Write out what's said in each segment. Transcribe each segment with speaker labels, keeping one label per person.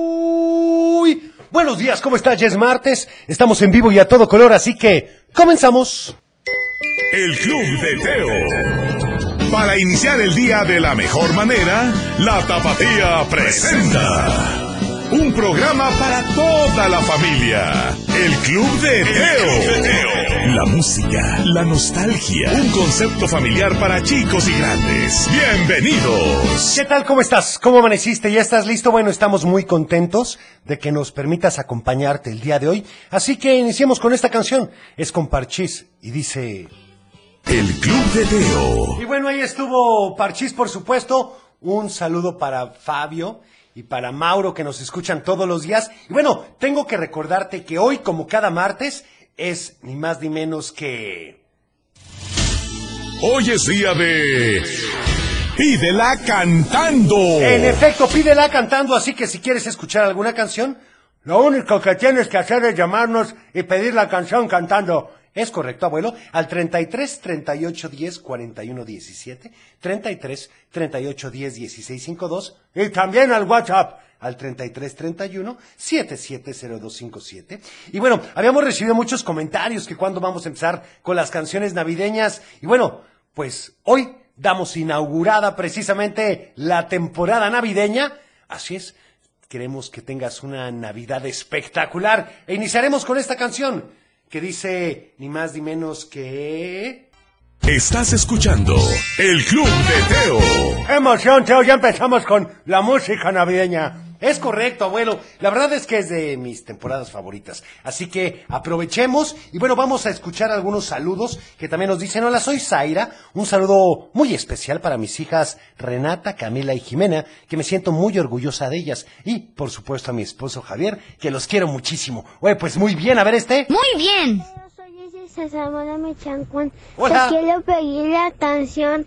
Speaker 1: Muy buenos días, ¿cómo está? Ya es martes, estamos en vivo y a todo color, así que comenzamos.
Speaker 2: El Club de Teo. Para iniciar el día de la mejor manera, la Tapatía presenta un programa para toda la familia. El Club de Teo. La música, la nostalgia, un concepto familiar para chicos y grandes. Bienvenidos.
Speaker 1: ¿Qué tal? ¿Cómo estás? ¿Cómo amaneciste? ¿Ya estás listo? Bueno, estamos muy contentos de que nos permitas acompañarte el día de hoy. Así que iniciemos con esta canción. Es con Parchís y dice...
Speaker 2: El Club de Teo.
Speaker 1: Y bueno, ahí estuvo Parchís, por supuesto. Un saludo para Fabio y para Mauro que nos escuchan todos los días. Y bueno, tengo que recordarte que hoy, como cada martes, es ni más ni menos que...
Speaker 2: Hoy es día de... Pídela cantando.
Speaker 1: En efecto, pídela cantando, así que si quieres escuchar alguna canción, lo único que tienes que hacer es llamarnos y pedir la canción cantando. Es correcto, abuelo, al 33 38 10 41 17, 33 38 10 16 52 y también al WhatsApp al 33 31 770257. Y bueno, habíamos recibido muchos comentarios que cuando vamos a empezar con las canciones navideñas y bueno, pues hoy damos inaugurada precisamente la temporada navideña, así es. Queremos que tengas una Navidad espectacular e iniciaremos con esta canción que dice ni más ni menos que...
Speaker 2: Estás escuchando El Club de Teo.
Speaker 1: Emoción, Teo, ya empezamos con la música navideña. Es correcto, abuelo. La verdad es que es de mis temporadas favoritas. Así que aprovechemos y bueno, vamos a escuchar algunos saludos que también nos dicen, hola, soy Zaira. Un saludo muy especial para mis hijas Renata, Camila y Jimena, que me siento muy orgullosa de ellas. Y por supuesto a mi esposo Javier, que los quiero muchísimo. Oye, pues muy bien, a ver este.
Speaker 3: Muy bien.
Speaker 4: Hola, soy Isis Zamora Mechancuán.
Speaker 1: Hola.
Speaker 4: Te quiero pedir la canción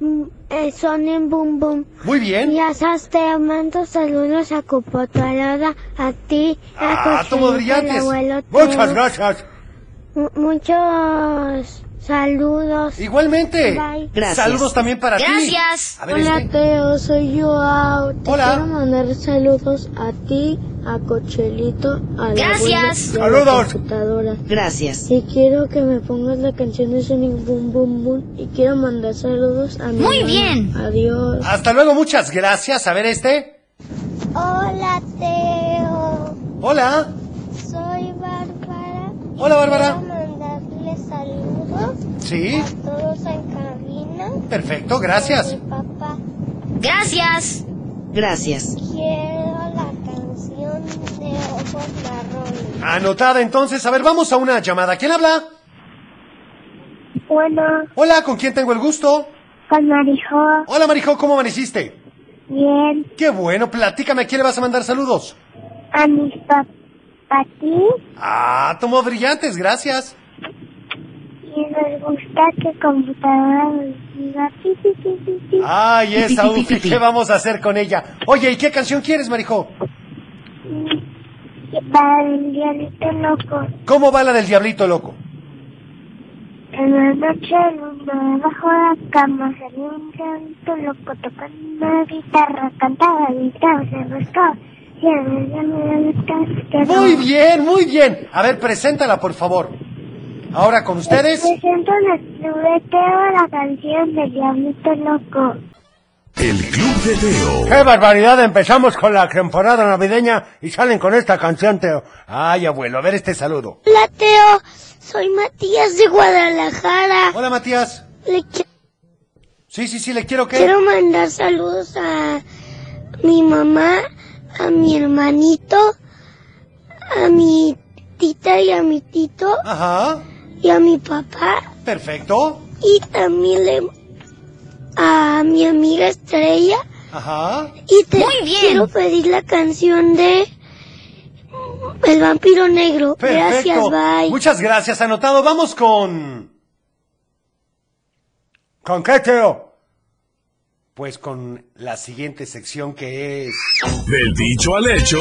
Speaker 4: mm, eh, Sonen Bum Bum.
Speaker 1: Muy bien.
Speaker 4: Ya sabes, te mando saludos a Cupotalada, a ti, a
Speaker 1: Ah, todos brillantes.
Speaker 4: abuelo
Speaker 1: Muchas
Speaker 4: Teo.
Speaker 1: gracias.
Speaker 4: Mu- Muchos saludos.
Speaker 1: Igualmente.
Speaker 4: Bye.
Speaker 3: Gracias.
Speaker 1: Saludos también para ti.
Speaker 3: Gracias.
Speaker 1: A ver,
Speaker 4: Hola
Speaker 1: este.
Speaker 4: Teo, soy Joao. Te
Speaker 1: Hola.
Speaker 4: quiero mandar saludos a ti, a Cochelito, a
Speaker 3: Gracias.
Speaker 4: la abuela y a la
Speaker 1: Saludos.
Speaker 4: computadora.
Speaker 3: Gracias.
Speaker 4: Y quiero que me pongas la canción de Sonic Boom Boom Boom. Y quiero mandar saludos a mi
Speaker 3: Muy
Speaker 4: mamá.
Speaker 3: bien.
Speaker 4: Adiós.
Speaker 1: Hasta luego, muchas gracias. A ver, este.
Speaker 4: Hola, Teo.
Speaker 1: Hola.
Speaker 4: Soy Bárbara.
Speaker 1: Hola, Bárbara.
Speaker 4: mandarle saludos
Speaker 1: Sí,
Speaker 4: todos en cabina.
Speaker 1: perfecto, gracias.
Speaker 4: papá.
Speaker 3: Gracias. Gracias.
Speaker 4: Quiero la canción de Ojos Marrones.
Speaker 1: Anotada entonces, a ver, vamos a una llamada. ¿Quién habla?
Speaker 4: Bueno,
Speaker 1: Hola, ¿con quién tengo el gusto?
Speaker 4: con Marijo.
Speaker 1: Hola, Marijo, ¿cómo amaneciste?
Speaker 4: Bien.
Speaker 1: Qué bueno, platícame, ¿a quién le vas a mandar saludos?
Speaker 4: A mis papás
Speaker 1: Ah, tomó brillantes, gracias.
Speaker 4: Y nos gusta que computadora nos diga pi, pi, pi, pi, pi.
Speaker 1: Ay,
Speaker 3: Pi,
Speaker 1: esa
Speaker 3: pi, pi,
Speaker 1: Ufi,
Speaker 3: pi, pi.
Speaker 1: ¿qué vamos a hacer con ella? Oye, ¿y qué canción quieres, Marijo?
Speaker 4: Para el diablito loco.
Speaker 1: ¿Cómo va la del Diablito Loco?
Speaker 4: En la noche luna debajo de la cama salió un diablito loco tocando una guitarra, cantaba, gritaba, se rascaba. Y a mí ya me gustaba, que no.
Speaker 1: Muy bien, muy bien. A ver, preséntala, por favor. Ahora con ustedes.
Speaker 4: Presento en el clubeteo la canción del diablito loco.
Speaker 2: El Club de Teo.
Speaker 1: ¡Qué barbaridad! Empezamos con la temporada navideña y salen con esta canción, Teo. Ay, abuelo, a ver este saludo.
Speaker 4: Hola Teo, soy Matías de Guadalajara.
Speaker 1: Hola, Matías.
Speaker 4: Le qui-
Speaker 1: Sí, sí, sí, le quiero que...
Speaker 4: quiero mandar saludos a mi mamá, a mi hermanito, a mi tita y a mi tito
Speaker 1: Ajá,
Speaker 4: y a mi papá
Speaker 1: perfecto.
Speaker 4: y también le a mi amiga Estrella
Speaker 1: Ajá.
Speaker 4: y te
Speaker 3: Muy bien.
Speaker 4: quiero pedir la canción de El vampiro negro. Gracias,
Speaker 1: Perfecto.
Speaker 4: bye.
Speaker 1: Muchas gracias, anotado. Vamos con... ¿Con qué, Teo? Pues con la siguiente sección que es...
Speaker 2: Del dicho al hecho.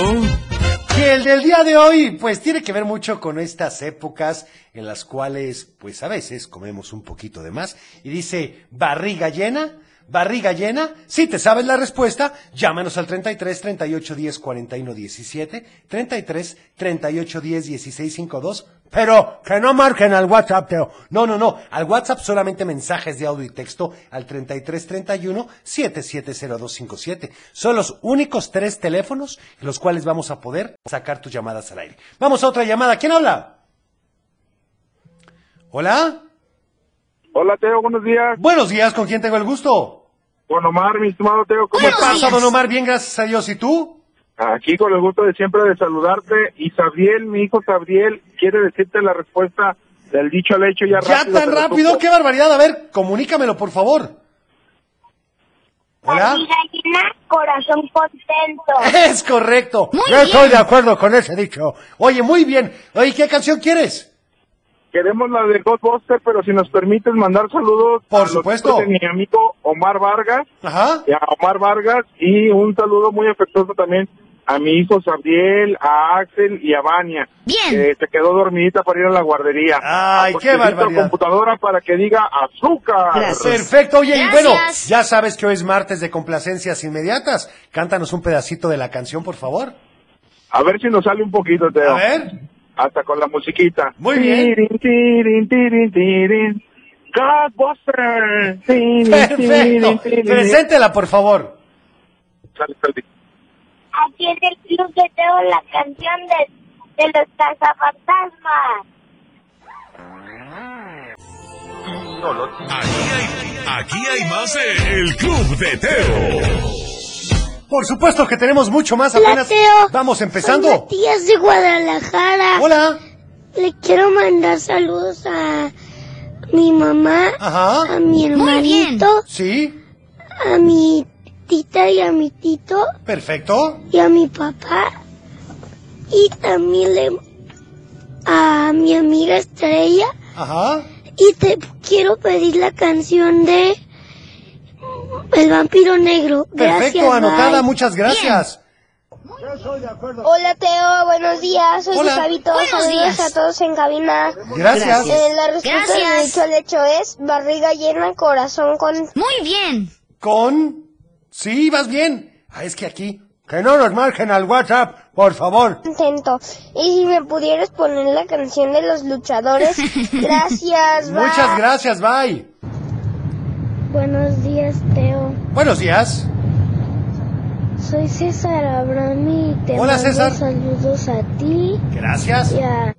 Speaker 1: Que el del día de hoy, pues tiene que ver mucho con estas épocas en las cuales, pues a veces comemos un poquito de más. Y dice, barriga llena, barriga llena? Si te sabes la respuesta, llámanos al 33 38 10 41 17, 33 38 10 16 52, pero que no marquen al WhatsApp, Teo. No, no, no, al WhatsApp solamente mensajes de audio y texto al 33 31 770257. Son los únicos tres teléfonos en los cuales vamos a poder sacar tus llamadas al aire. Vamos a otra llamada. ¿Quién habla? Hola.
Speaker 5: Hola, Teo, buenos días.
Speaker 1: Buenos días, ¿con quién tengo el gusto?
Speaker 5: Don Omar, mi estimado Teo, ¿cómo
Speaker 1: ¿Qué
Speaker 3: Buenos
Speaker 5: estás?
Speaker 1: pasa,
Speaker 3: días.
Speaker 1: don Omar? Bien, gracias a Dios. ¿Y tú?
Speaker 5: Aquí con el gusto de siempre de saludarte. Y Sabriel, mi hijo Sabriel, quiere decirte la respuesta del dicho al hecho ya,
Speaker 1: Ya
Speaker 5: rápido.
Speaker 1: tan
Speaker 5: te lo
Speaker 1: rápido,
Speaker 5: supo.
Speaker 1: qué barbaridad. A ver, comunícamelo, por favor. Hola.
Speaker 4: Barriga llena, corazón contento.
Speaker 1: Es correcto.
Speaker 3: Muy
Speaker 1: Yo
Speaker 3: bien.
Speaker 1: estoy de acuerdo con ese dicho. Oye, muy bien. Oye, ¿qué canción quieres?
Speaker 5: Queremos la de Ghostbuster, pero si nos permites mandar saludos.
Speaker 1: Por
Speaker 5: a los
Speaker 1: supuesto.
Speaker 5: hijos de mi amigo Omar Vargas,
Speaker 1: Ajá.
Speaker 5: y a Omar Vargas, y un saludo muy afectuoso también a mi hijo Sabriel, a Axel y a Vania.
Speaker 3: Bien.
Speaker 5: que se quedó dormidita para ir a la guardería.
Speaker 1: Ay,
Speaker 5: Pues
Speaker 1: qué
Speaker 5: que necesito
Speaker 1: barbaridad.
Speaker 5: computadora para que diga azúcar.
Speaker 1: Perfecto, oye, y
Speaker 3: Gracias.
Speaker 1: bueno, ya sabes que hoy es martes de complacencias inmediatas. Cántanos un pedacito de la canción, por favor.
Speaker 5: A ver si nos sale un poquito, Teo.
Speaker 1: A ver.
Speaker 5: Hasta con la musiquita.
Speaker 1: Muy bien.
Speaker 5: Tirin, tirin, tirin, tirin. Ghostbusters. Tirin, tirin,
Speaker 1: Perfecto.
Speaker 5: tirin.
Speaker 1: Preséntela, por favor.
Speaker 5: Sale, sale.
Speaker 4: Aquí en el club que tengo la canción de, de los cazafantasmas.
Speaker 2: Aquí hay, aquí hay más de El Club de Teo.
Speaker 1: Por supuesto que tenemos mucho más apenas.
Speaker 6: Teo.
Speaker 1: Vamos
Speaker 6: Soy
Speaker 1: empezando.
Speaker 6: Matías de Guadalajara.
Speaker 1: Hola.
Speaker 6: Le quiero mandar saludos a mi mamá,
Speaker 1: Ajá.
Speaker 6: a mi
Speaker 3: Muy bien.
Speaker 6: hermanito,
Speaker 1: Sí.
Speaker 6: a mi tita y a mi tito
Speaker 1: Perfecto.
Speaker 6: y a mi papá. Y también le a mi amiga Estrella.
Speaker 1: Ajá.
Speaker 6: Y te quiero pedir la canción de El vampiro negro. Gracias.
Speaker 1: Perfecto, anotada.
Speaker 6: bye.
Speaker 1: Muchas gracias.
Speaker 7: Hola Teo, buenos días, soy
Speaker 1: Hola.
Speaker 7: Gustavito,
Speaker 3: Buenos
Speaker 7: saludos
Speaker 3: días.
Speaker 7: a todos en cabina.
Speaker 1: Gracias.
Speaker 7: Eh, la respuesta
Speaker 3: Gracias.
Speaker 7: del hecho al hecho es barriga llena, corazón con...
Speaker 3: Muy bien.
Speaker 1: Con. Sí, vas bien. Ah, es que aquí. Que no nos margen al WhatsApp, por favor.
Speaker 7: Contento. Y si me pudieras poner la canción de los luchadores, gracias. bye.
Speaker 1: Muchas gracias, bye.
Speaker 6: Buenos días, Teo.
Speaker 1: Buenos días.
Speaker 6: Soy César Abraham y te
Speaker 1: Hola,
Speaker 6: mando
Speaker 1: César.
Speaker 6: saludos a ti
Speaker 1: Gracias.
Speaker 6: y a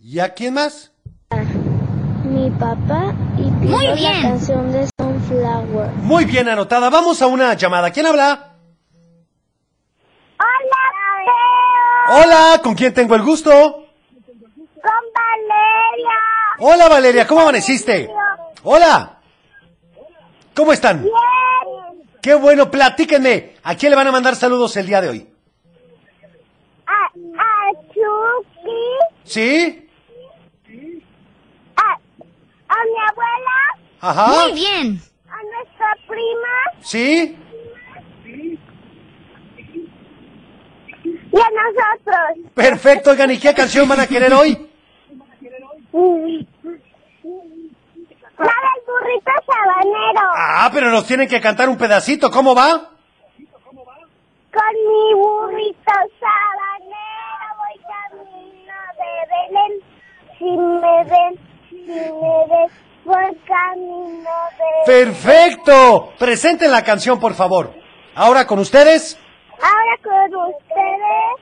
Speaker 1: ¿Y a quién más?
Speaker 6: mi papá y pido
Speaker 3: Muy
Speaker 6: la
Speaker 3: bien.
Speaker 6: canción de Sunflower.
Speaker 1: Muy bien anotada. Vamos a una llamada. ¿Quién habla?
Speaker 4: ¡Hola,
Speaker 1: Hola, ¿con quién tengo el gusto?
Speaker 4: Teo! ¡Con Valeria!
Speaker 1: Hola, Valeria, ¿cómo amaneciste? Hola. ¿Cómo están?
Speaker 4: ¡Bien!
Speaker 1: Qué bueno, platíquenme. ¿A quién le van a mandar saludos el día de hoy?
Speaker 4: A, a Chucky,
Speaker 1: ¿Sí?
Speaker 4: a, a mi abuela,
Speaker 1: Ajá.
Speaker 3: Muy bien.
Speaker 4: a nuestra prima
Speaker 1: ¿Sí?
Speaker 4: y a nosotros.
Speaker 1: Perfecto, oigan, ¿y qué canción van a querer hoy?
Speaker 4: La del burrito sabanero.
Speaker 1: Ah, pero nos tienen que cantar un pedacito, ¿cómo va?
Speaker 4: Con mi burrito sabanero voy camino de Belén. Si me ven, si me ven, voy camino de
Speaker 1: Perfecto. Presenten la canción, por favor. Ahora con ustedes.
Speaker 4: Ahora con ustedes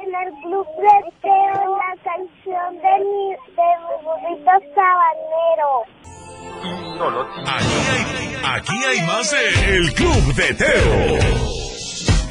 Speaker 4: en el club de Teo la canción de mi de mi burrito sabanero.
Speaker 2: Aquí hay, aquí hay más de El Club de Teo.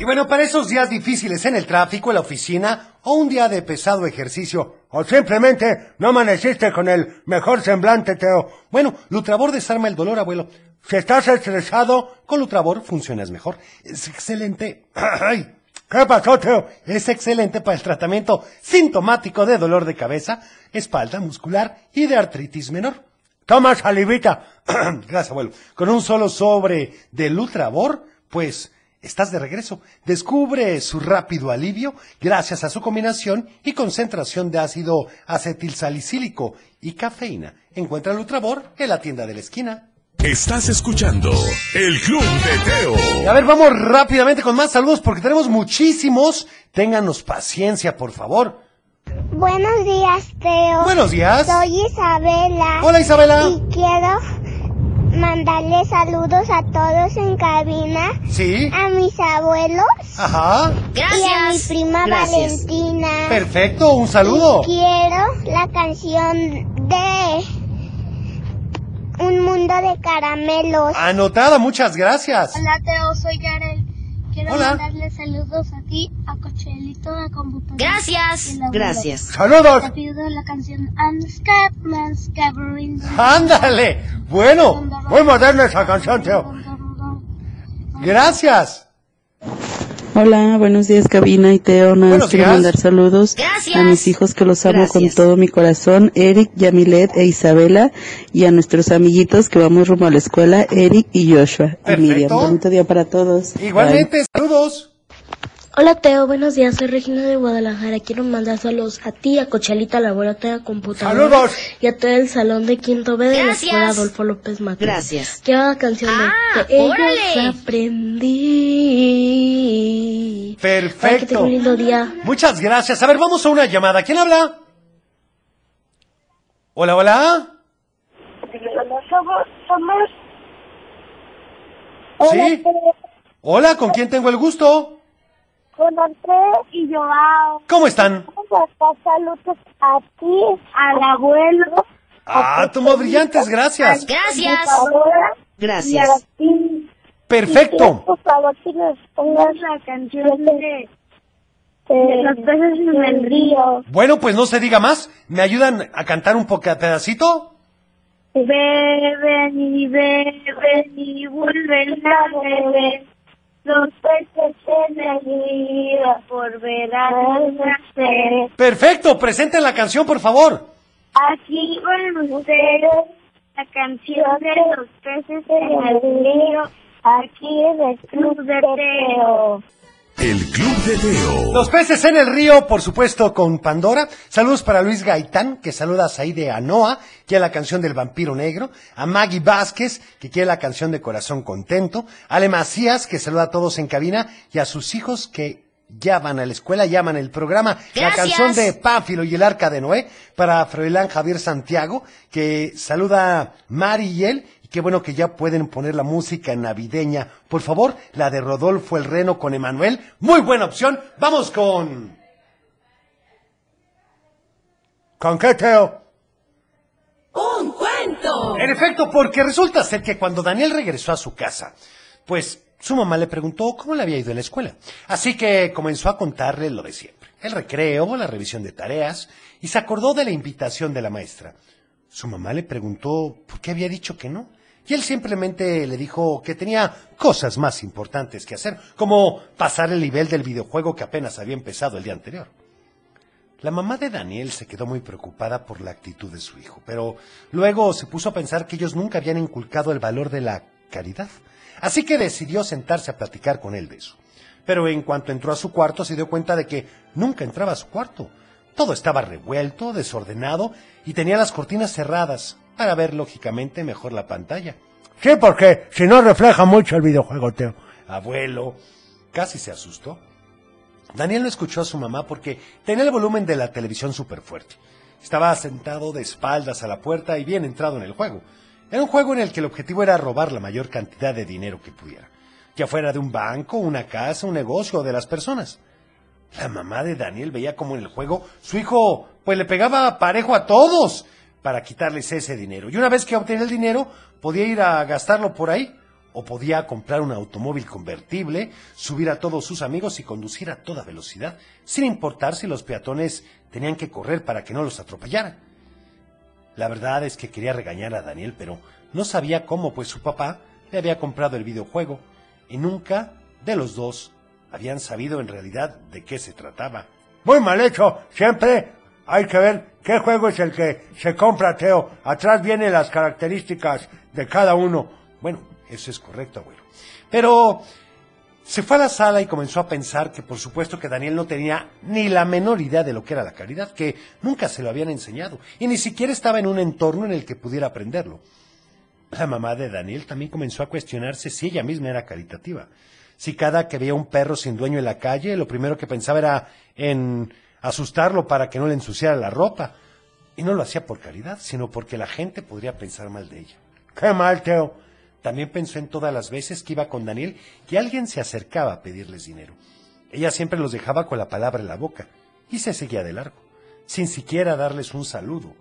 Speaker 1: Y bueno, para esos días difíciles en el tráfico, en la oficina, o un día de pesado ejercicio, o simplemente no amaneciste con el mejor semblante, Teo. Bueno, Lutrabor desarma el dolor, abuelo. Si estás estresado, con Lutrabor funcionas mejor. Es excelente. Ay, ¿Qué pasó, Teo? Es excelente para el tratamiento sintomático de dolor de cabeza, espalda muscular y de artritis menor. Toma salivita. Gracias, abuelo. Con un solo sobre de Lutrabor, pues estás de regreso. Descubre su rápido alivio gracias a su combinación y concentración de ácido acetilsalicílico y cafeína. Encuentra Lutrabor en la tienda de la esquina.
Speaker 2: Estás escuchando El Club de
Speaker 1: Y
Speaker 2: Teo.
Speaker 1: A ver, vamos rápidamente con más saludos porque tenemos muchísimos. Ténganos paciencia, por favor.
Speaker 4: Buenos días, Teo.
Speaker 1: Buenos días.
Speaker 4: Soy Isabela.
Speaker 1: Hola, Isabela.
Speaker 4: Y quiero mandarle saludos a todos en cabina,
Speaker 1: Sí.
Speaker 4: a mis abuelos
Speaker 1: Ajá.
Speaker 4: y a mi
Speaker 3: Gracias.
Speaker 4: prima
Speaker 3: Gracias.
Speaker 4: Valentina.
Speaker 1: Perfecto, un
Speaker 4: Y
Speaker 1: saludo.
Speaker 4: quiero la canción de Un Mundo de Caramelos.
Speaker 1: Anotada, muchas gracias.
Speaker 4: Hola Teo, soy Yarel. Quiero
Speaker 1: Hola.
Speaker 4: mandarle saludos a ti, a Cochelito, a Computador.
Speaker 3: Gracias.
Speaker 8: Gracias.
Speaker 1: Saludos.
Speaker 4: Te pido la canción Unscap, Manscapering.
Speaker 1: Ándale. Bueno, muy moderna esa canción, Teo. Gracias.
Speaker 9: Hola, buenos días cabina y Teo. Nada
Speaker 1: Buenos
Speaker 9: más quiero
Speaker 1: días.
Speaker 9: mandar saludos
Speaker 3: Gracias.
Speaker 9: a mis hijos que los amo con
Speaker 8: Gracias.
Speaker 9: todo mi corazón, Eric, Yamilet e Isabela, y a nuestros amiguitos que vamos rumbo a la escuela, Eric y Joshua. Y Miriam,
Speaker 1: Perfecto.
Speaker 9: bonito día para todos. Bye.
Speaker 1: Igualmente, saludos.
Speaker 6: Hola Teo, buenos días, soy Regina de Guadalajara. Quiero mandar saludos a ti, a Cochelita, la abuela de computadora.
Speaker 1: Saludos.
Speaker 6: Y a todo el salón de quinto B de la
Speaker 3: Gracias.
Speaker 6: escuela Adolfo López Mateos.
Speaker 8: Gracias.
Speaker 6: Quiero la canción de
Speaker 3: Ah,
Speaker 6: De ellos
Speaker 3: órale.
Speaker 6: aprendí. Ay, que tenga
Speaker 1: Perfecto.
Speaker 6: un lindo día.
Speaker 1: Muchas gracias. A ver, vamos a una llamada. ¿Quién habla? Hola, hola.
Speaker 4: Somos, somos.
Speaker 1: ¿Sí? Hola, ¿con quién tengo el gusto?
Speaker 4: Con Andrés y Joao.
Speaker 1: ¿Cómo están?
Speaker 4: Vamos a dar saludos a ti, al abuelo.
Speaker 1: Ah, tomo brillantes, gracias.
Speaker 3: Gracias.
Speaker 4: Y a
Speaker 8: Gracias.
Speaker 4: ti.
Speaker 1: Perfecto.
Speaker 4: Por favor, que nos pongas la canción de. los peces en el río.
Speaker 1: Bueno, pues no se diga más. ¿Me ayudan a cantar un poca pedacito?
Speaker 4: Beben y beben y vuelven a beber. Los peces en el río por ver al nacer.
Speaker 1: Perfecto, presenten la canción, por favor.
Speaker 4: Aquí con ustedes la canción de los peces en el río. Aquí en el club de Teo.
Speaker 2: El Club de Teo.
Speaker 1: Los peces en el río, por supuesto, con Pandora. Saludos para Luis Gaitán, que saluda a Saide Anoa, que quiere la canción del vampiro negro. A Maggie Vázquez, que quiere la canción de Corazón Contento. A Ale Macías, que saluda a todos en cabina. Y a sus hijos que ya van a la escuela, llaman el programa. La
Speaker 3: Gracias.
Speaker 1: canción de Páfilo y el Arca de Noé. Para Froilán Javier Santiago, que saluda a Mari y él. Y qué bueno que ya pueden poner la música navideña. Por favor, la de Rodolfo el Reno con Emanuel. Muy buena opción. Vamos con. ¿Con qué, Teo? En efecto, porque resulta ser que cuando Daniel regresó a su casa, pues su mamá le preguntó cómo le había ido en la escuela. Así que comenzó a contarle lo de siempre. El recreo, la revisión de tareas, y se acordó de la invitación de la maestra. Su mamá le preguntó por qué había dicho que no. Y él simplemente le dijo que tenía cosas más importantes que hacer, como pasar el nivel del videojuego que apenas había empezado el día anterior. La mamá de Daniel se quedó muy preocupada por la actitud de su hijo, pero luego se puso a pensar que ellos nunca habían inculcado el valor de la caridad, así que decidió sentarse a platicar con él de eso. Pero en cuanto entró a su cuarto se dio cuenta de que nunca entraba a su cuarto. Todo estaba revuelto, desordenado y tenía las cortinas cerradas para ver lógicamente mejor la pantalla. Sí, porque si no refleja mucho el videojuego, Teo. Abuelo, casi se asustó. Daniel no escuchó a su mamá porque tenía el volumen de la televisión súper fuerte. Estaba sentado de espaldas a la puerta y bien entrado en el juego. Era un juego en el que el objetivo era robar la mayor cantidad de dinero que pudiera, ya fuera de un banco, una casa, un negocio o de las personas. La mamá de Daniel veía como en el juego su hijo pues le pegaba parejo a todos para quitarles ese dinero. Y una vez que obtenía el dinero, podía ir a gastarlo por ahí o podía comprar un automóvil convertible, subir a todos sus amigos y conducir a toda velocidad, sin importar si los peatones tenían que correr para que no los atropellaran. La verdad es que quería regañar a Daniel, pero no sabía cómo, pues su papá le había comprado el videojuego y nunca de los dos habían sabido en realidad de qué se trataba. Muy mal hecho, siempre hay que ver qué juego es el que se compra, Teo. Atrás vienen las características de cada uno. Bueno, eso es correcto, abuelo. Pero se fue a la sala y comenzó a pensar que por supuesto que Daniel no tenía ni la menor idea de lo que era la caridad, que nunca se lo habían enseñado y ni siquiera estaba en un entorno en el que pudiera aprenderlo. la mamá de Daniel también comenzó a cuestionarse si ella misma era caritativa. Si cada que veía un perro sin dueño en la calle, lo primero que pensaba era en asustarlo para que no le ensuciara la ropa. Y no lo hacía por caridad, sino porque la gente podría pensar mal de ella. ¡Qué mal, Teo! También pensó en todas las veces que iba con Daniel que alguien se acercaba a pedirles dinero. Ella siempre los dejaba con la palabra en la boca y se seguía de largo, sin siquiera darles un saludo.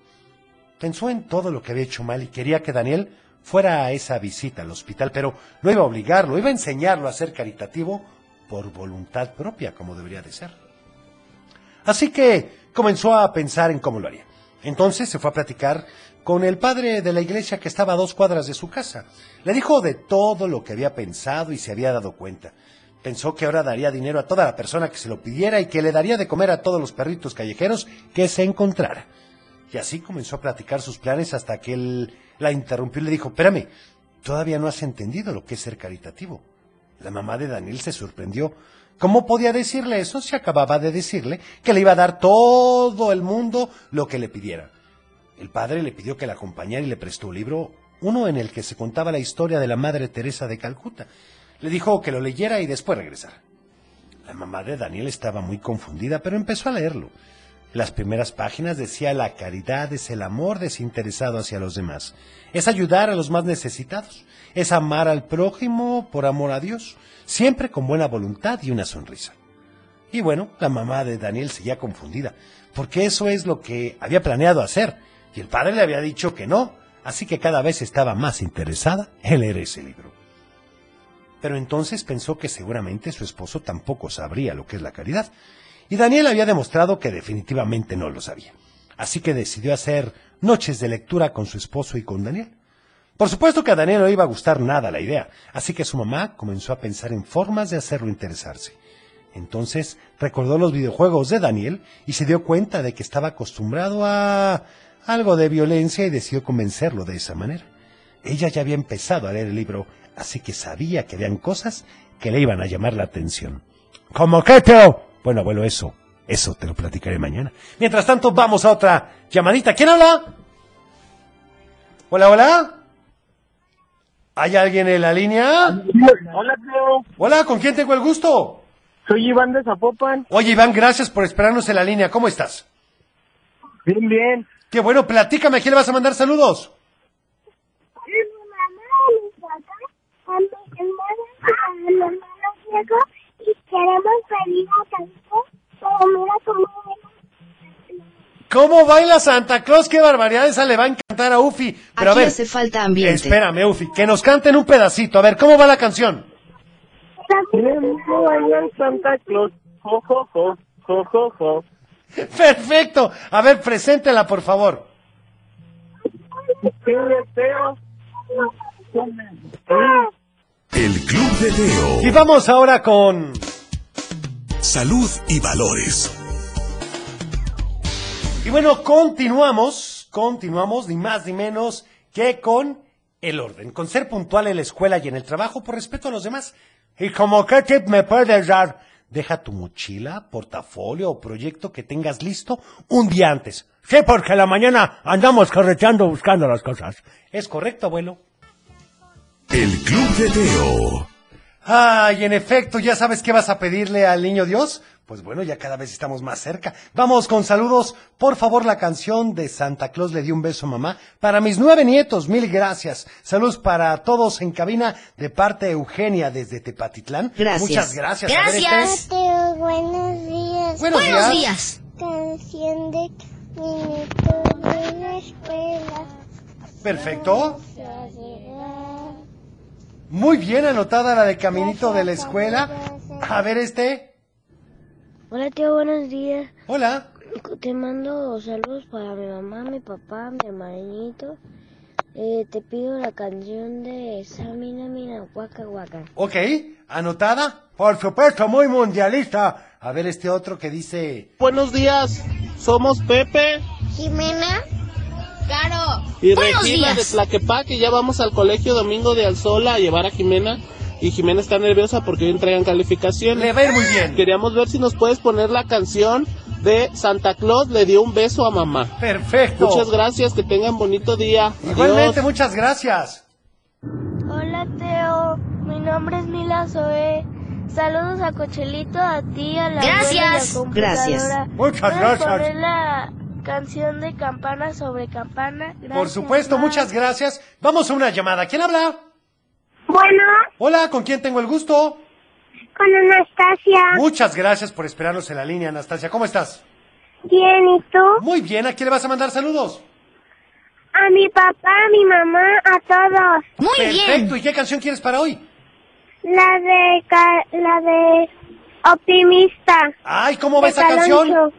Speaker 1: Pensó en todo lo que había hecho mal y quería que Daniel fuera a esa visita al hospital, pero no iba a obligarlo, iba a enseñarlo a ser caritativo por voluntad propia, como debería de ser. Así que comenzó a pensar en cómo lo haría. Entonces se fue a platicar con el padre de la iglesia que estaba a dos cuadras de su casa. Le dijo de todo lo que había pensado y se había dado cuenta. Pensó que ahora daría dinero a toda la persona que se lo pidiera y que le daría de comer a todos los perritos callejeros que se encontrara. Y así comenzó a platicar sus planes hasta que él la interrumpió y le dijo, espérame, todavía no has entendido lo que es ser caritativo. La mamá de Daniel se sorprendió. ¿Cómo podía decirle eso si acababa de decirle que le iba a dar todo el mundo lo que le pidiera? El padre le pidió que la acompañara y le prestó un libro, uno en el que se contaba la historia de la Madre Teresa de Calcuta. Le dijo que lo leyera y después regresara. La mamá de Daniel estaba muy confundida, pero empezó a leerlo. Las primeras páginas decía la caridad es el amor desinteresado hacia los demás, es ayudar a los más necesitados, es amar al prójimo por amor a Dios, siempre con buena voluntad y una sonrisa. Y bueno, la mamá de Daniel seguía confundida, porque eso es lo que había planeado hacer, y el padre le había dicho que no, así que cada vez estaba más interesada en leer ese libro. Pero entonces pensó que seguramente su esposo tampoco sabría lo que es la caridad, y Daniel había demostrado que definitivamente no lo sabía. Así que decidió hacer noches de lectura con su esposo y con Daniel. Por supuesto que a Daniel no iba a gustar nada la idea, así que su mamá comenzó a pensar en formas de hacerlo interesarse. Entonces recordó los videojuegos de Daniel y se dio cuenta de que estaba acostumbrado a algo de violencia y decidió convencerlo de esa manera. Ella ya había empezado a leer el libro, así que sabía que habían cosas que le iban a llamar la atención. ¿Cómo que, Teo? Bueno, abuelo, eso, eso te lo platicaré mañana. Mientras tanto, vamos a otra llamadita. ¿Quién habla? Hola, hola. ¿Hay alguien en la línea?
Speaker 5: Hola, Teo.
Speaker 1: Hola, ¿con quién tengo el gusto?
Speaker 5: Soy Iván de Zapopan.
Speaker 1: Oye, Iván, gracias por esperarnos en la línea. ¿Cómo estás?
Speaker 5: Bien, bien.
Speaker 1: Qué bueno, platícame, ¿a quién le vas a mandar saludos?
Speaker 4: A mi mamá, a mi papá, a mi hermana, a mi hermano Diego y queremos pedir a Cancún, pero mira cómo me
Speaker 1: ¿Cómo baila Santa Claus? ¡Qué barbaridad! Esa le va a encantar a Ufi. Pero a
Speaker 3: Aquí
Speaker 1: ver,
Speaker 3: hace falta ambiente.
Speaker 1: espérame, Ufi, que nos canten un pedacito. A ver, ¿cómo va la canción?
Speaker 5: Queremos bailar Santa Claus. Jo, jo, jo, jo, jo, jo.
Speaker 1: Perfecto. A ver, preséntela, por favor.
Speaker 5: Sí, Teo.
Speaker 2: El Club de
Speaker 1: Y
Speaker 2: Teo.
Speaker 1: vamos ahora con...
Speaker 2: Salud y valores.
Speaker 1: Y bueno, continuamos, continuamos, ni más ni menos que con el orden, con ser puntual en la escuela y en el trabajo por respeto a los demás. Y como qué tip me puedes dar, deja tu mochila, portafolio o proyecto que tengas listo un día antes. Sí, porque a la mañana andamos correteando buscando las cosas. Es correcto, abuelo.
Speaker 2: El Club de Teo.
Speaker 1: Ay, en efecto, ¿ya sabes qué vas a pedirle al niño Dios? Pues bueno, ya cada vez estamos más cerca. Vamos con saludos. Por favor, la canción de Santa Claus le dio un beso, mamá. Para mis nueve nietos, mil gracias. Saludos para todos en cabina de parte de Eugenia desde Tepatitlán.
Speaker 3: Gracias.
Speaker 1: Muchas gracias. A ver,
Speaker 3: Gracias.
Speaker 1: este-
Speaker 7: Mateo, buenos días.
Speaker 1: Buenos, días.
Speaker 3: Buenos días.
Speaker 7: Canción de minuto de la escuela.
Speaker 1: Perfecto.
Speaker 7: Se va a llegar.
Speaker 1: Muy bien anotada la de Caminito de la Escuela. A ver este.
Speaker 7: Hola tío, buenos días.
Speaker 1: Hola.
Speaker 7: Te mando saludos para mi mamá, mi papá, mi hermanito. Eh, te pido la canción de Samina Mina Waka Waka.
Speaker 1: Ok, anotada. Por supuesto, muy mundialista. A ver este otro que dice...
Speaker 8: Buenos días, somos Pepe
Speaker 7: Jimena.
Speaker 8: y
Speaker 3: Buenos
Speaker 8: Regina
Speaker 3: días.
Speaker 8: de Tlaquepaque. Ya vamos al colegio domingo de Alzola a llevar a Jimena. Y Jimena está nerviosa porque hoy entregan
Speaker 1: Le
Speaker 8: calificaciones.
Speaker 1: va a ir muy bien.
Speaker 8: Queríamos ver si nos puedes poner la canción de Santa Claus le dio un beso a mamá.
Speaker 1: Perfecto.
Speaker 8: Muchas gracias, que tengan bonito día. Adiós.
Speaker 1: Igualmente, muchas gracias.
Speaker 7: Hola, mi nombre es Mila Zoe. Saludos a Cochelito, a ti, a la
Speaker 3: Gracias.
Speaker 7: abuela y a computadora.
Speaker 1: Gracias. Muchas
Speaker 7: ¿Puedes
Speaker 1: gracias.
Speaker 7: poner la canción de campana sobre campana?
Speaker 1: Por
Speaker 7: Gracias,
Speaker 1: supuesto,
Speaker 7: bye.
Speaker 1: muchas gracias. Vamos a una llamada. ¿Quién habla?
Speaker 4: Bueno,
Speaker 1: Hola, ¿con quién tengo el gusto?
Speaker 4: con Anastasia.
Speaker 1: Muchas gracias por esperarnos en la línea, Anastasia. ¿Cómo estás?
Speaker 4: Bien, ¿y tú?
Speaker 1: Muy bien, ¿a quién le vas a mandar saludos?
Speaker 4: A mi papá, a mi mamá, a todos.
Speaker 3: Muy bien.
Speaker 1: Perfecto, ¿y qué canción quieres para hoy?
Speaker 4: La de... ca- la de... Optimista.
Speaker 1: Ay, ¿cómo va
Speaker 4: De
Speaker 1: esa canción?
Speaker 4: Caloncho.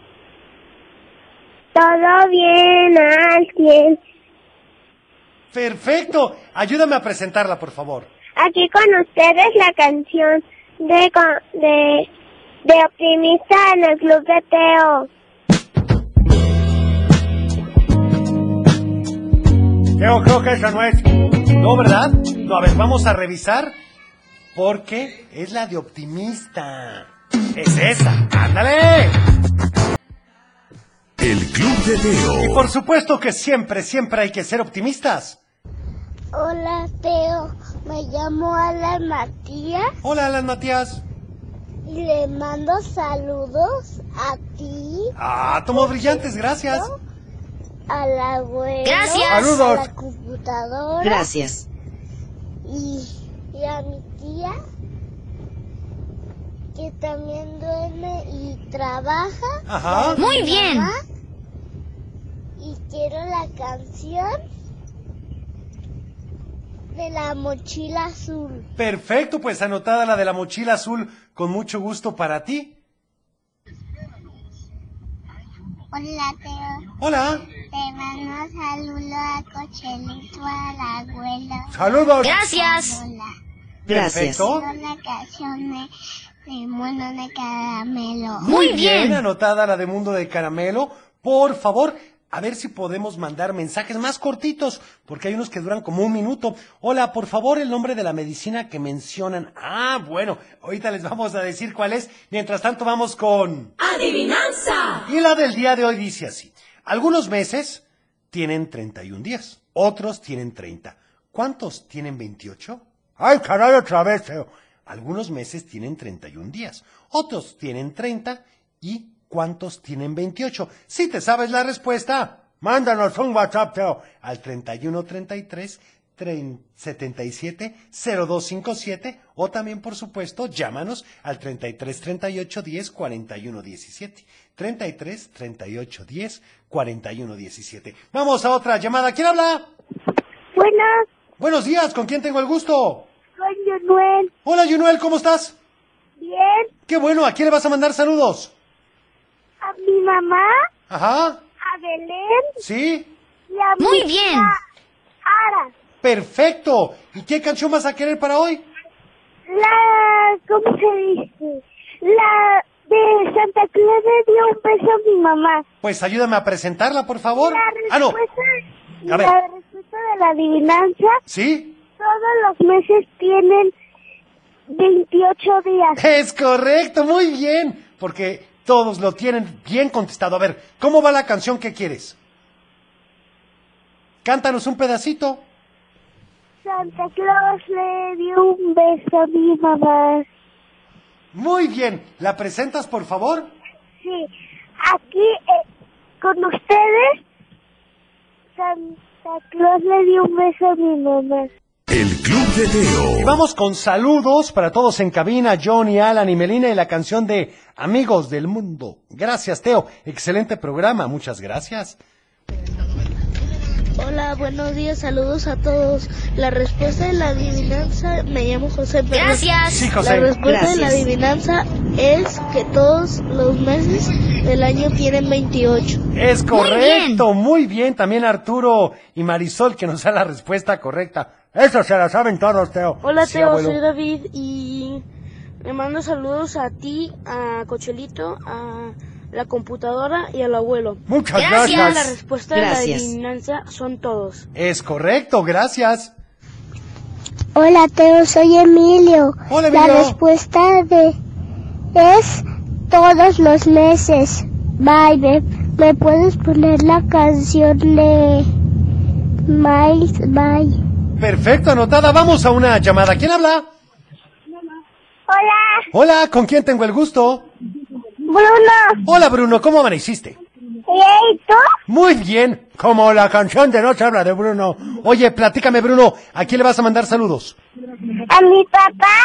Speaker 4: Todo bien, al 100.
Speaker 1: Perfecto, ayúdame a presentarla, por favor.
Speaker 4: Aquí con ustedes la canción de co- de, de Optimista en el Club de Teo.
Speaker 1: Yo creo que esa no es. No, ¿verdad? No, a ver, vamos a revisar. Porque es la de optimista. Es esa. ¡Ándale!
Speaker 2: El Club de
Speaker 1: Y
Speaker 2: Teo.
Speaker 1: por supuesto que siempre, siempre hay que ser optimistas.
Speaker 7: Hola, Teo. Me llamo Alan Matías
Speaker 1: Hola, Alan Matías.
Speaker 7: y le mando saludos a ti,
Speaker 1: Ah, tomó brillantes, gracias.
Speaker 7: a la abuela,
Speaker 3: Gracias.
Speaker 7: a
Speaker 1: Saludos.
Speaker 7: la computadora
Speaker 9: Gracias.
Speaker 7: y, y a mi tía que también duerme y trabaja.
Speaker 1: Ajá.
Speaker 3: Muy bien.
Speaker 7: Mamá, Y quiero la canción de la mochila azul.
Speaker 1: Perfecto, pues anotada la de la mochila azul con mucho gusto para ti.
Speaker 4: Hola, Teo.
Speaker 1: Hola.
Speaker 4: Te mando saludo a Cochelito, a la abuela.
Speaker 1: Saludos.
Speaker 3: Gracias.
Speaker 4: Hola.
Speaker 9: Gracias.
Speaker 1: Perfecto.
Speaker 4: la canción de, Mono de Caramelo.
Speaker 3: Muy
Speaker 1: Bien
Speaker 3: bien.
Speaker 1: anotada la de Mundo de Caramelo. Por favor, a ver si podemos mandar mensajes más cortitos, porque hay unos que duran como un minuto. Hola, por favor, el nombre de la medicina que mencionan. Ah, bueno, ahorita les vamos a decir cuál es. Mientras tanto, vamos con... ¡Adivinanza! Y la del día de hoy dice así. Algunos meses tienen 31 días, otros tienen 30. ¿Cuántos tienen 28? ¡Ay, caray, otra vez! feo! Algunos meses tienen 31 días, otros tienen 30 y ¿cuántos tienen 28? Si te sabes la respuesta, mándanos un WhatsApp feo, al 3133 77 0257 o también por supuesto llámanos al 33 38 10 41 17 33 38 10 41 17 vamos a otra llamada ¿quién habla?
Speaker 4: Bueno,
Speaker 1: Buenos días ¿con quién tengo el gusto?
Speaker 4: con Manuel.
Speaker 1: Hola Junuel ¿cómo estás?
Speaker 4: Bien.
Speaker 1: Qué bueno ¿a quién le vas a mandar saludos?
Speaker 4: A mi mamá,
Speaker 1: Ajá
Speaker 4: a Belén
Speaker 1: sí
Speaker 4: y a mi
Speaker 3: Muy bien.
Speaker 4: tía Ara.
Speaker 1: perfecto ¿y qué canción vas a querer para hoy?
Speaker 4: La, ¿cómo se dice? La de Santa Claus le dio un beso a mi mamá.
Speaker 1: Pues ayúdame a presentarla por favor
Speaker 4: La
Speaker 1: ah no
Speaker 4: respuesta,
Speaker 1: A ver.
Speaker 4: la respuesta de la adivinanza,
Speaker 1: ¿sí?
Speaker 4: todos los meses tienen 28 días.
Speaker 1: Es correcto, muy bien, porque todos lo tienen bien contestado. A ver, ¿cómo va la canción que quieres? Cántanos un pedacito.
Speaker 4: Santa Claus le dio un beso a mi mamá.
Speaker 1: Muy bien, ¿la presentas por favor?
Speaker 4: Sí, aquí eh, con ustedes, Santa Claus le dio un beso a mi mamá.
Speaker 2: El Club de
Speaker 1: Y
Speaker 2: Teo.
Speaker 1: vamos con saludos para todos en cabina, Johnny, Alan y Melina y la canción de Amigos del Mundo. Gracias, Teo. Excelente programa, muchas gracias.
Speaker 7: Hola, buenos días, saludos a todos. La respuesta de la adivinanza, me llamo José Pérez.
Speaker 3: Gracias.
Speaker 1: Sí,
Speaker 7: La
Speaker 1: José.
Speaker 7: respuesta de la
Speaker 9: Gracias.
Speaker 7: adivinanza es que todos los meses del año tienen 28.
Speaker 1: Es correcto,
Speaker 3: Muy
Speaker 1: muy bien. También Arturo y Marisol que nos da la respuesta correcta. Eso se la saben todos, Teo.
Speaker 7: Hola,
Speaker 1: Sí,
Speaker 7: Teo,
Speaker 1: abuelo.
Speaker 7: soy David y le mando saludos a ti, a Cochelito, a la computadora y al abuelo.
Speaker 1: Muchas
Speaker 3: Gracias.
Speaker 1: gracias.
Speaker 7: La respuesta de la
Speaker 9: Gracias.
Speaker 7: adivinanza son todos.
Speaker 1: Es correcto, gracias.
Speaker 4: Hola, Teo, soy Emilio.
Speaker 1: Hola,
Speaker 4: La
Speaker 1: Emilio.
Speaker 4: respuesta de es todos los meses. Bye, ¿me, me puedes poner la canción de Miles Bye?
Speaker 1: Perfecto, anotada. Vamos a una llamada. ¿Quién habla?
Speaker 4: Hola,
Speaker 1: Hola, ¿con quién tengo el gusto?
Speaker 4: Bruno.
Speaker 1: Hola, Bruno, ¿cómo amaneciste?
Speaker 4: ¿Y tú?
Speaker 1: Muy bien, como la canción de Noche habla de Bruno. Oye, platícame, Bruno, ¿a quién le vas a mandar saludos?
Speaker 4: A mi papá,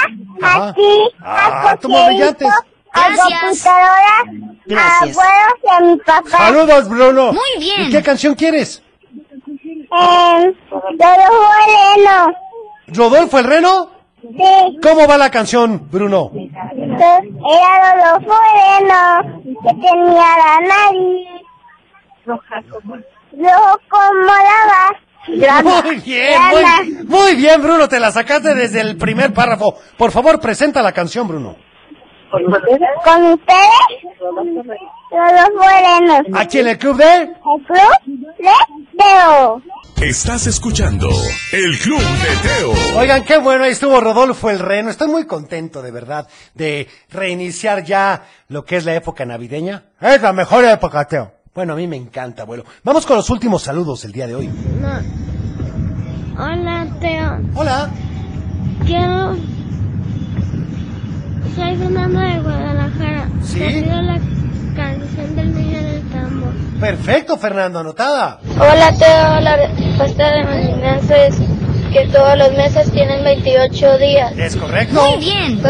Speaker 1: Ajá.
Speaker 4: a ti,
Speaker 1: Ah,
Speaker 4: a
Speaker 1: toma brillantes.
Speaker 4: Coquerito, a
Speaker 3: Gracias.
Speaker 4: computadoras, a
Speaker 3: Gracias.
Speaker 4: abuelos y a mi papá.
Speaker 1: Saludos, Bruno.
Speaker 3: Muy bien.
Speaker 1: ¿Y qué canción quieres?
Speaker 4: Eh, Rodolfo Moreno.
Speaker 1: ¿Rodolfo el Reno?
Speaker 4: Sí,
Speaker 1: ¿Cómo va la canción, Bruno?
Speaker 4: do- era Rodolfo Moreno, que tenía la nariz roja como, rojo como lava.
Speaker 1: Muy bien, muy, muy bien, Bruno, te la sacaste desde el primer párrafo. Por favor, presenta la canción, Bruno.
Speaker 4: ¿Con ustedes? Rodolfo Moreno.
Speaker 1: Aquí en el club de...
Speaker 4: El club de Teo.
Speaker 2: Estás escuchando El Club de Teo.
Speaker 1: Oigan, qué bueno, ahí estuvo Rodolfo el Reno. Estoy muy contento, de verdad, de reiniciar ya lo que es la época navideña. Es la mejor época, Teo. Bueno, a mí me encanta, abuelo. Vamos con los últimos saludos del día de hoy.
Speaker 7: No. Hola, Teo.
Speaker 1: Hola.
Speaker 7: Quiero. Soy Fernando de Guadalajara.
Speaker 1: Sí.
Speaker 7: Te pido la canción del niño del tambor.
Speaker 1: Perfecto, Fernando, anotada.
Speaker 7: Hola, Teo. La respuesta de mi adivinanza es que todos los meses tienen 28 días.
Speaker 1: Es correcto.
Speaker 3: Muy bien.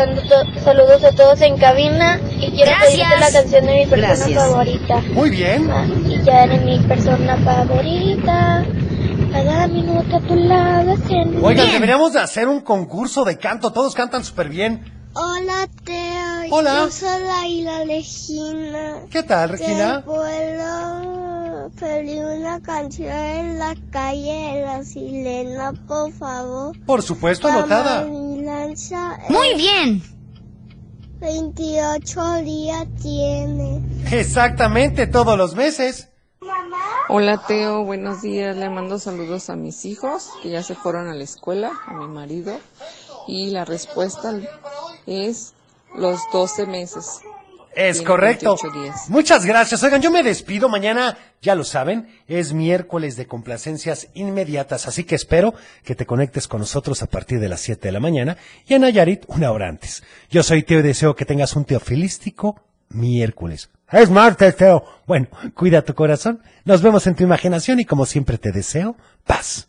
Speaker 7: saludos a todos en cabina y quiero
Speaker 3: Gracias. pedirte la
Speaker 7: canción de mi
Speaker 10: persona Gracias.
Speaker 7: favorita.
Speaker 1: Muy bien.
Speaker 7: Y ya eres mi persona favorita. Cada minuto a tu lado siempre.
Speaker 1: Oigan,
Speaker 3: Bien.
Speaker 1: deberíamos de hacer un concurso de canto. Todos cantan súper bien.
Speaker 6: Hola, Teo.
Speaker 1: Hola. Yo
Speaker 6: soy Laila Legina.
Speaker 1: ¿Qué tal,
Speaker 6: Te
Speaker 1: Regina?
Speaker 6: puedo pedir una canción en la calle de la Silena, por favor.
Speaker 1: Por supuesto,
Speaker 6: La
Speaker 1: anotada.
Speaker 6: lanza
Speaker 3: Muy bien.
Speaker 6: 28 días tiene.
Speaker 1: Exactamente, todos los meses.
Speaker 10: Hola Teo, buenos días. Le mando saludos a mis hijos que ya se fueron a la escuela, a mi marido. Y la respuesta es los 12 meses.
Speaker 1: Es
Speaker 10: Tiene
Speaker 1: correcto.
Speaker 10: 28 días.
Speaker 1: Muchas gracias. Oigan, yo me despido. Mañana, ya lo saben, es miércoles de complacencias inmediatas. Así que espero que te conectes con nosotros a partir de las 7 de la mañana y en Nayarit una hora antes. Yo soy Teo y deseo que tengas un teofilístico miércoles. Es martes, Teo. Bueno, cuida tu corazón. Nos vemos en tu imaginación y como siempre te deseo paz.